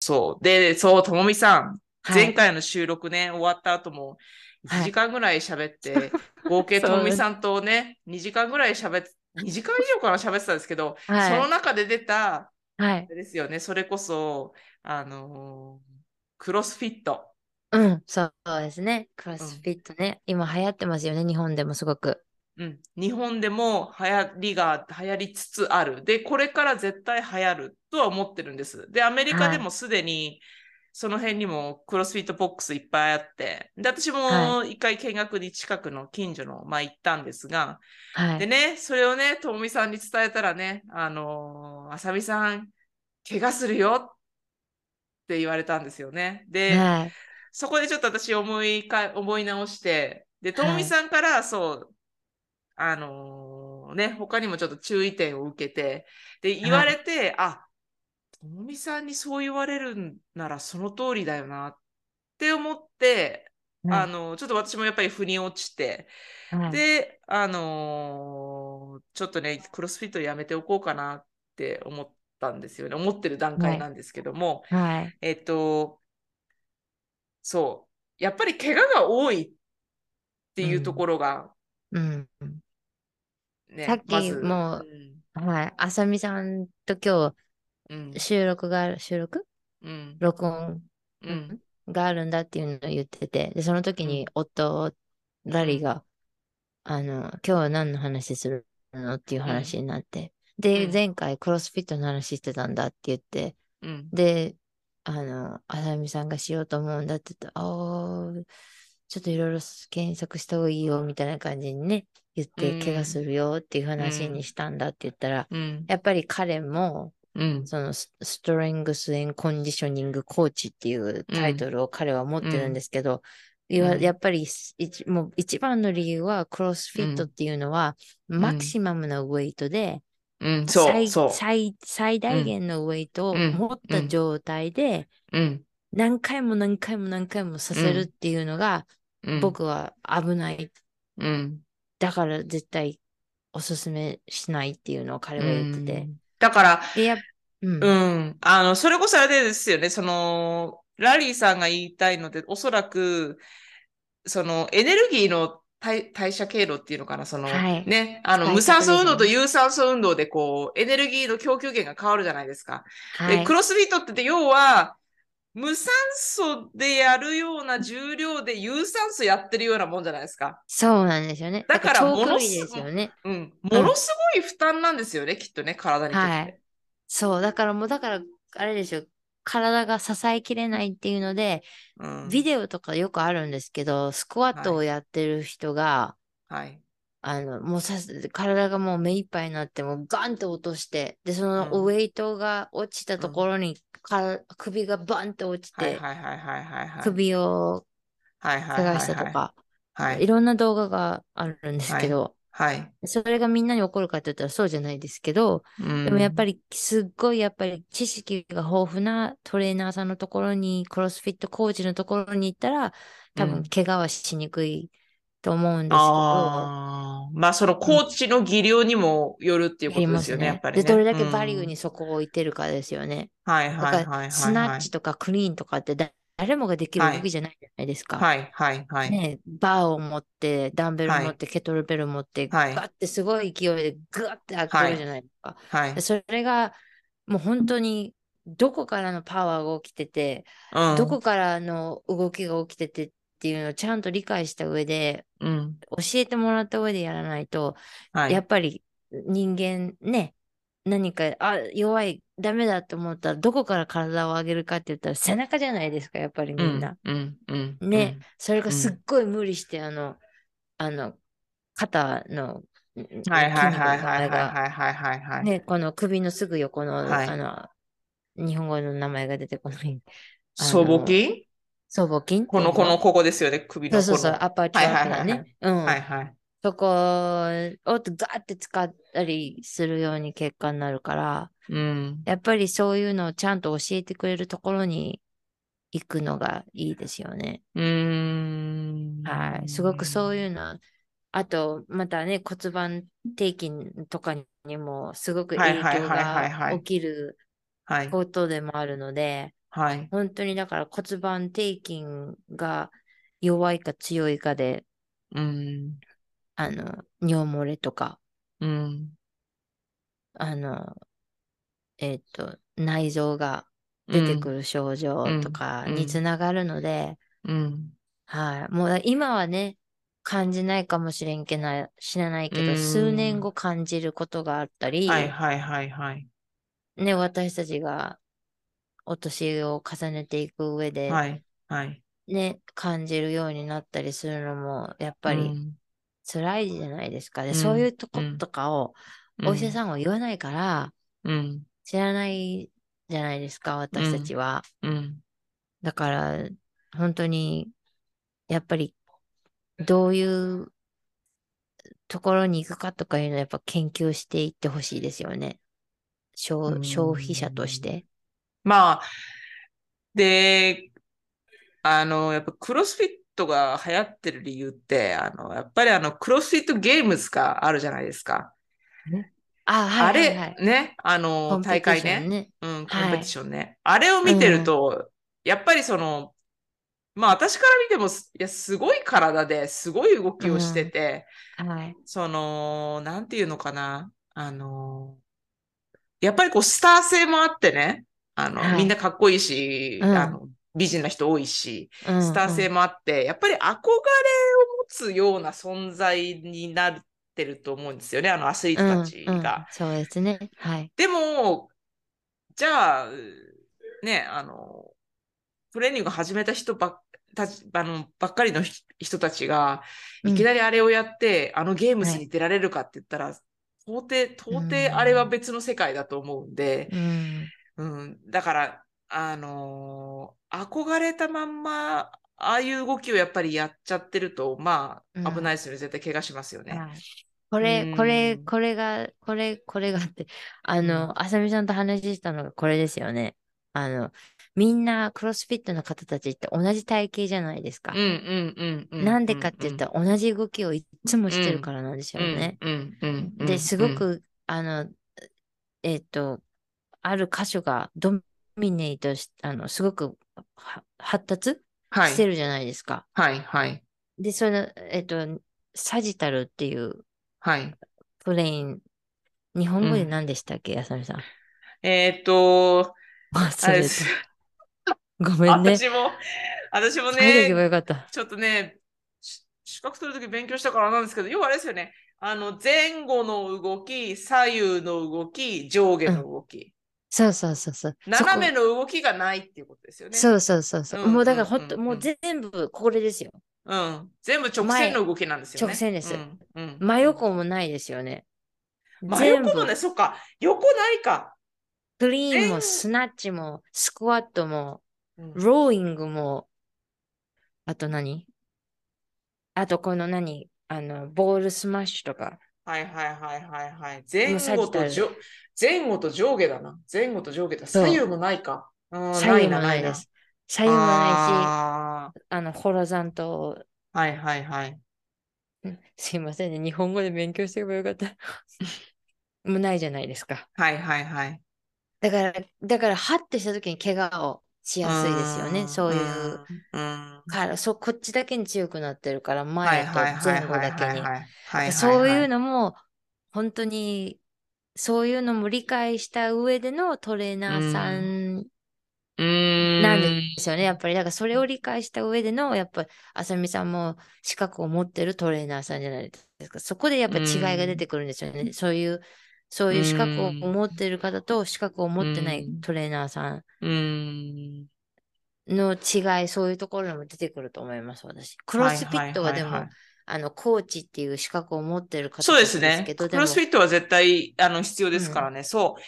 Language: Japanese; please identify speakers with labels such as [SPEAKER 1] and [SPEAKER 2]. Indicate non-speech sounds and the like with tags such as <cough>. [SPEAKER 1] そう。で、そう、ともみさん、
[SPEAKER 2] はい
[SPEAKER 1] 前回の収録ね、終わった後も、
[SPEAKER 2] はい
[SPEAKER 1] 1時間ぐらい喋って、合計
[SPEAKER 2] そう
[SPEAKER 1] ともみさんとね、2時間ぐらい喋って、2時間以上かな喋ってたんですけど、その
[SPEAKER 2] は
[SPEAKER 1] 中で出た、
[SPEAKER 2] い。はい
[SPEAKER 1] あ。れですよね、それこそ、あのークロスフィット。
[SPEAKER 2] うん、そうですね。クロスフィットね。今流行ってますよね、日本でもすごく。
[SPEAKER 1] うん、日本でも流行りが流行りつつある。で、これから絶対流行るとは思ってるんです。で、アメリカでもすでにその辺にもクロスフィットボックスいっぱいあって、で、私も
[SPEAKER 2] は
[SPEAKER 1] 一回見学に近くの近所の、まあ、行ったんですが、
[SPEAKER 2] は
[SPEAKER 1] で
[SPEAKER 2] い。
[SPEAKER 1] ね、それをね、ともみさんに伝えたらね、あのー、あさみさん、怪我するよって言われたんですよね。で、
[SPEAKER 2] はい。
[SPEAKER 1] そこでちょっと私思いか思い直して、で、とも
[SPEAKER 2] は
[SPEAKER 1] み
[SPEAKER 2] い
[SPEAKER 1] さんから、そう、あのーね、他にもちょっと注意点を受けて、で、言われて、あ、ともみさんにそう言われるんならその通りだよなって思って、あのーちょっと私もやっぱり腑に落ちて、
[SPEAKER 2] はい、
[SPEAKER 1] で、あのーちょっとね、クロスフィットやめておこうかなって思ったんですよね。思ってる段階なんですけども、
[SPEAKER 2] はい。
[SPEAKER 1] えっと、そう。やっぱり怪我が多いっていうところが
[SPEAKER 2] うん。
[SPEAKER 1] ね、
[SPEAKER 2] さっき
[SPEAKER 1] まず
[SPEAKER 2] もうはい。あさみさんと今
[SPEAKER 1] うん、
[SPEAKER 2] 日収録がある、収録
[SPEAKER 1] うん、
[SPEAKER 2] 録音
[SPEAKER 1] うん、うん、
[SPEAKER 2] があるんだっていうのを言ってて、で、その時に夫、ラリーが、あの、今日は何の話するのっていう話になって、で、
[SPEAKER 1] うん
[SPEAKER 2] 前回クロスフィットの話してたんだって言って、
[SPEAKER 1] うん、
[SPEAKER 2] で、あの、あさみさんがしようと思うんだって言ったら、あーちょっといろいろ検索した方がいいよみたいな感じにね、言って、怪
[SPEAKER 1] う
[SPEAKER 2] 我
[SPEAKER 1] ん
[SPEAKER 2] するよっていう話
[SPEAKER 1] うん
[SPEAKER 2] にしたんだって言ったら、
[SPEAKER 1] うん、
[SPEAKER 2] やっぱり彼も、
[SPEAKER 1] うん、
[SPEAKER 2] そのス、ストレングス・エン・コンディショニング・コーチっていうタイトルを彼は持ってるんですけど、いわ
[SPEAKER 1] うん
[SPEAKER 2] やっぱりす一、もう一番の理由は、クロスフィットっていうのは、
[SPEAKER 1] ん
[SPEAKER 2] マキシマムのウェイトで、
[SPEAKER 1] うん、そう、
[SPEAKER 2] 最
[SPEAKER 1] そう、
[SPEAKER 2] 最最大限のウェイトを
[SPEAKER 1] うん
[SPEAKER 2] 持っ
[SPEAKER 1] う
[SPEAKER 2] た
[SPEAKER 1] ん
[SPEAKER 2] 状態で
[SPEAKER 1] うん、
[SPEAKER 2] 何回も何回も何回もさせるっていうのが
[SPEAKER 1] うん、
[SPEAKER 2] 僕は危ない。
[SPEAKER 1] うん、
[SPEAKER 2] だから絶対おすすめしないっていうのを彼は言って
[SPEAKER 1] う
[SPEAKER 2] て。
[SPEAKER 1] んだから、
[SPEAKER 2] で、やっうん
[SPEAKER 1] う。ん、あの、それこそあれですよね、その、ラリーさんが言いたいので、おそらく、その、エネルギーの代代謝経路っていうのかな、その、
[SPEAKER 2] はい
[SPEAKER 1] ね、あの、
[SPEAKER 2] 代謝
[SPEAKER 1] 無酸素運動と
[SPEAKER 2] です
[SPEAKER 1] 有酸素運動で、こう、エネルギーの供給源が変わるじゃないですか。
[SPEAKER 2] は
[SPEAKER 1] で、
[SPEAKER 2] い
[SPEAKER 1] ク。ロスフィットって、要は、無酸素でやるような重量で有酸素やってるようなもんじゃないですか。
[SPEAKER 2] そうなんですよね。
[SPEAKER 1] だから
[SPEAKER 2] 長距離
[SPEAKER 1] もの
[SPEAKER 2] ですすよね。
[SPEAKER 1] うん。ものすごい負担なんですよね、きっとね、体にとって。
[SPEAKER 2] はいそう。だからもう、だから、あれですよ。体が支えきれないっていうので、
[SPEAKER 1] うん、
[SPEAKER 2] ビデオとかよくあるんですけど、スクワットをやってる人が、
[SPEAKER 1] はい。
[SPEAKER 2] あの、もうさす、体がもう目いっぱいになって、もうガンって落として、で、その
[SPEAKER 1] うん
[SPEAKER 2] ウェイトが落ちたところに、か首がバンって落ち
[SPEAKER 1] はい
[SPEAKER 2] て、
[SPEAKER 1] はいはいはいはいはい。
[SPEAKER 2] 首を
[SPEAKER 1] はいはいはい
[SPEAKER 2] 怪
[SPEAKER 1] はい
[SPEAKER 2] 我したとか、
[SPEAKER 1] はい
[SPEAKER 2] いろんな動画があるんですけど、
[SPEAKER 1] はい。
[SPEAKER 2] それがみんなに起こるかって言ったらそうじゃないですけど、でもやっぱ
[SPEAKER 1] り、
[SPEAKER 2] りすっごいやっぱり知識が豊富なトレーナーさんのところに、クロスフィットコーチのところに行ったら、多
[SPEAKER 1] うん
[SPEAKER 2] 分怪我はしにくいと思うんですけど、
[SPEAKER 1] ああ、まあそのコーチの技量にもよるっていうこ
[SPEAKER 2] やり
[SPEAKER 1] とで
[SPEAKER 2] ますす
[SPEAKER 1] よね、やっぱり
[SPEAKER 2] で、
[SPEAKER 1] ね。
[SPEAKER 2] どれだけバリュー
[SPEAKER 1] う
[SPEAKER 2] に
[SPEAKER 1] ん
[SPEAKER 2] そこを置いてるかですよね。
[SPEAKER 1] はいはいはい
[SPEAKER 2] だ
[SPEAKER 1] は
[SPEAKER 2] か
[SPEAKER 1] い
[SPEAKER 2] ら、スナッチとかクリーンとかってだ誰もができる動きじゃないじゃないですか。
[SPEAKER 1] はいはいはい。
[SPEAKER 2] ね、バーを持って、ダンベル
[SPEAKER 1] はい
[SPEAKER 2] 持って、ケトルベル持って、
[SPEAKER 1] はい
[SPEAKER 2] ガッてすごい勢いでグワッて上げるじゃないですか。
[SPEAKER 1] はい。
[SPEAKER 2] でそれが、もう本当に、どこからのパワーが起きてて、
[SPEAKER 1] うん
[SPEAKER 2] どこからの動きが起きててっていうのをちゃんと理解した上で、
[SPEAKER 1] うん。
[SPEAKER 2] 教えてもらった上でやらないと、
[SPEAKER 1] はい。
[SPEAKER 2] やっぱり人間ね、何か、あ、弱い、ダメだと思ったら、どこから体を上げるかって言ったら、背中じゃないですか、やっぱりみんな。
[SPEAKER 1] うんうんうん。
[SPEAKER 2] ねそれが
[SPEAKER 1] うん
[SPEAKER 2] すっごい無理して、あの、あの、肩の、
[SPEAKER 1] うん。はいはい
[SPEAKER 2] 筋肉の
[SPEAKER 1] はいはい
[SPEAKER 2] 名前
[SPEAKER 1] はい
[SPEAKER 2] が
[SPEAKER 1] はいはいはいはい。
[SPEAKER 2] ね、この首のすぐ横の、
[SPEAKER 1] はい
[SPEAKER 2] あの、日本語の名前が出てこない。あの
[SPEAKER 1] 僧帽筋
[SPEAKER 2] 僧帽筋
[SPEAKER 1] この、この、
[SPEAKER 2] こ
[SPEAKER 1] ここですよね、首の
[SPEAKER 2] そう
[SPEAKER 1] こ
[SPEAKER 2] そう
[SPEAKER 1] の。
[SPEAKER 2] そう、アッパーチュアップだね。うん。
[SPEAKER 1] はいはい。
[SPEAKER 2] そこをガーって使ったりするように結果になるから、
[SPEAKER 1] うん。
[SPEAKER 2] やっぱりそういうのをちゃんと教えてくれるところに行くのがいいですよね。
[SPEAKER 1] うーん。
[SPEAKER 2] はい。すごくそうい
[SPEAKER 1] う。
[SPEAKER 2] うのは、あと、またね、骨盤底筋とかにもすごく影響
[SPEAKER 1] はいはいはいはいは
[SPEAKER 2] が
[SPEAKER 1] い
[SPEAKER 2] 起きる
[SPEAKER 1] はい。
[SPEAKER 2] ことでもあるので、
[SPEAKER 1] はい。
[SPEAKER 2] 本当にだから骨盤底筋が弱いか強いかで、
[SPEAKER 1] うん。
[SPEAKER 2] あの、尿漏れとか、
[SPEAKER 1] うん。
[SPEAKER 2] あの、えっ、と、内臓が出てくる症状とか
[SPEAKER 1] うんう
[SPEAKER 2] に
[SPEAKER 1] ん
[SPEAKER 2] つながるので、
[SPEAKER 1] うん。
[SPEAKER 2] はい。もう今はね、感じないかもしれんけな、知らないけど、
[SPEAKER 1] うん
[SPEAKER 2] 数年後感じることがあったり、
[SPEAKER 1] はいはいはいはい。
[SPEAKER 2] ね、私たちがお年を重ねていく上で、
[SPEAKER 1] はいはい。
[SPEAKER 2] ね、感じるようになったりするのも、やっ
[SPEAKER 1] や
[SPEAKER 2] ぱり辛いじゃないですか。で、
[SPEAKER 1] うん
[SPEAKER 2] そういうとこ
[SPEAKER 1] うん
[SPEAKER 2] とかを、お医者さんは言わないから、
[SPEAKER 1] ん。うん。
[SPEAKER 2] 知らないじゃないですか、私たちは。
[SPEAKER 1] うん。
[SPEAKER 2] だから、本当に、やっぱり、どういうところに行くかとかいうのは、やっぱ研究していってほしいですよね。消
[SPEAKER 1] うん
[SPEAKER 2] 消費者として。
[SPEAKER 1] まあ、で、あの、やっぱクロスフィットが流行ってる理由って、あの、やっぱりあの、クロスフィットゲームズがあるじゃないですか。
[SPEAKER 2] あ、
[SPEAKER 1] あ
[SPEAKER 2] はいはい、はい
[SPEAKER 1] れ、。ね、あの、大会
[SPEAKER 2] コンペティション
[SPEAKER 1] ね。
[SPEAKER 2] ね。
[SPEAKER 1] うん、コ
[SPEAKER 2] はい
[SPEAKER 1] ンペティションね。あれを見てると、やっぱりその、まあ私から見ても、すいや、すごい体ですごい動きをしてて、
[SPEAKER 2] はい。
[SPEAKER 1] その、なんていうのかな。あのーやっぱりこう、スター性もあってね。あの、
[SPEAKER 2] はい
[SPEAKER 1] みんなかっこいいし、
[SPEAKER 2] うん
[SPEAKER 1] あの、美人な人多いし、
[SPEAKER 2] うん
[SPEAKER 1] スター性
[SPEAKER 2] うん
[SPEAKER 1] もあって、やっぱり憧れを持つような存在になってると思うんですよね。あの、アスリートたちが。
[SPEAKER 2] うんうんそうですね。はい。
[SPEAKER 1] でも、じゃあ、ね、あの、トレーニング始めた人ばっかあのばっかりのひ人たちが、
[SPEAKER 2] うん
[SPEAKER 1] いきなりあれをやって、あのゲームズに出られるかって言ったら、到底、到底あれは別の世界だと思うんで、
[SPEAKER 2] うん。
[SPEAKER 1] うん、だから、あのー憧れたまんま、ああいう動きをやっぱりやっちゃってると、ま
[SPEAKER 2] う
[SPEAKER 1] あ、
[SPEAKER 2] ん
[SPEAKER 1] 危ないですよね。絶対怪我しますよね。
[SPEAKER 2] はいこれ、これ、
[SPEAKER 1] うん
[SPEAKER 2] これが、これ、これがあって、あの、あさみさんと話したのがこれですよね。あの、みんなクロスフィットの方たちって同じ体型じゃないですか
[SPEAKER 1] うん。うんうんうん。
[SPEAKER 2] なんでかって言った
[SPEAKER 1] ら、
[SPEAKER 2] ら同じ動きをいつもしてるからなんですよね。
[SPEAKER 1] うんうんうん、
[SPEAKER 2] で、すごく、あの、えっと、ある箇所がドミネートし、あの、すごくは発達
[SPEAKER 1] はい
[SPEAKER 2] してるじゃないですか。
[SPEAKER 1] はいはい
[SPEAKER 2] で、その、えっと、サジタルっていう
[SPEAKER 1] はい。
[SPEAKER 2] プレイン。日本語で
[SPEAKER 1] うん
[SPEAKER 2] 何でしたっけ、やさみさん。
[SPEAKER 1] えーっと、
[SPEAKER 2] 忘
[SPEAKER 1] あれ
[SPEAKER 2] れ
[SPEAKER 1] で
[SPEAKER 2] た
[SPEAKER 1] す。
[SPEAKER 2] ごめんね。
[SPEAKER 1] 私も、私も
[SPEAKER 2] 書いとけば
[SPEAKER 1] ね、
[SPEAKER 2] よかった。
[SPEAKER 1] ちょっとね、し資格取るとき勉強したからなんですけど、要はあれですよね。あの、前後の動き、左右の動き、上下の動き。
[SPEAKER 2] そうそうそうそう。
[SPEAKER 1] 斜めの動きがないっていうことですよね。
[SPEAKER 2] そうそうそうそう。
[SPEAKER 1] うん
[SPEAKER 2] もうだから
[SPEAKER 1] うん
[SPEAKER 2] ほんと、
[SPEAKER 1] うん
[SPEAKER 2] もう全部これですよ。
[SPEAKER 1] うん。全部直線の動きなんですよね。
[SPEAKER 2] 前直線です
[SPEAKER 1] うんうん
[SPEAKER 2] 真横もないですよね。
[SPEAKER 1] 真横も
[SPEAKER 2] 全部
[SPEAKER 1] ね、そっか。横ないか。
[SPEAKER 2] クリーン
[SPEAKER 1] 全
[SPEAKER 2] もスナッチもスクワットも
[SPEAKER 1] うん
[SPEAKER 2] ローイングもあと何あとこの何あのボールスマッシュとか
[SPEAKER 1] はいはいはいはいはい。
[SPEAKER 2] も
[SPEAKER 1] 前
[SPEAKER 2] うサジ
[SPEAKER 1] 後
[SPEAKER 2] タ
[SPEAKER 1] と
[SPEAKER 2] ル
[SPEAKER 1] じょ前後と上下だな。前後と上下だ。
[SPEAKER 2] そう
[SPEAKER 1] 左右もないか。うん
[SPEAKER 2] 左右もないです。。
[SPEAKER 1] 左
[SPEAKER 2] 左右
[SPEAKER 1] 右
[SPEAKER 2] も
[SPEAKER 1] も
[SPEAKER 2] ないし
[SPEAKER 1] な
[SPEAKER 2] あのホロザンと
[SPEAKER 1] いし。はいはいはい。
[SPEAKER 2] うん <laughs> すいませんね。日本語で勉強してればよかった。 <laughs> もうないじゃないですか。
[SPEAKER 1] はいはいはい。
[SPEAKER 2] だから、だから、はってした時に怪我をしやすいですよね。そういう。。
[SPEAKER 1] うん。は
[SPEAKER 2] から、そう、こっちだけに強くなってるから、
[SPEAKER 1] い
[SPEAKER 2] 前と
[SPEAKER 1] はいはい
[SPEAKER 2] 前
[SPEAKER 1] はい
[SPEAKER 2] 後だけ
[SPEAKER 1] はい
[SPEAKER 2] に。
[SPEAKER 1] はいはい。
[SPEAKER 2] そういう
[SPEAKER 1] の。
[SPEAKER 2] のも、本当に、そういうのも理解した上でのトレーナーさん
[SPEAKER 1] うーん。
[SPEAKER 2] なんですよね。やっぱり、だからそれを理解した上での、やっぱ、あさみさんも資格を持ってるトレーナーさんじゃないですか。そこでやっぱ違いが出てくるんですよね。そういう、そういう資格を持ってる方と資格を持ってない
[SPEAKER 1] うん
[SPEAKER 2] トレーナーさ
[SPEAKER 1] うーん。
[SPEAKER 2] んの違い、そういうところにも出てくると思います、私。クロスフィットはで
[SPEAKER 1] いい
[SPEAKER 2] も
[SPEAKER 1] い、
[SPEAKER 2] あの、コーチっていう資格を持ってる方
[SPEAKER 1] そうです
[SPEAKER 2] たち
[SPEAKER 1] ね。
[SPEAKER 2] けど、
[SPEAKER 1] クロスフ
[SPEAKER 2] ィッ
[SPEAKER 1] ィットは絶対あの必要ですからね。そう。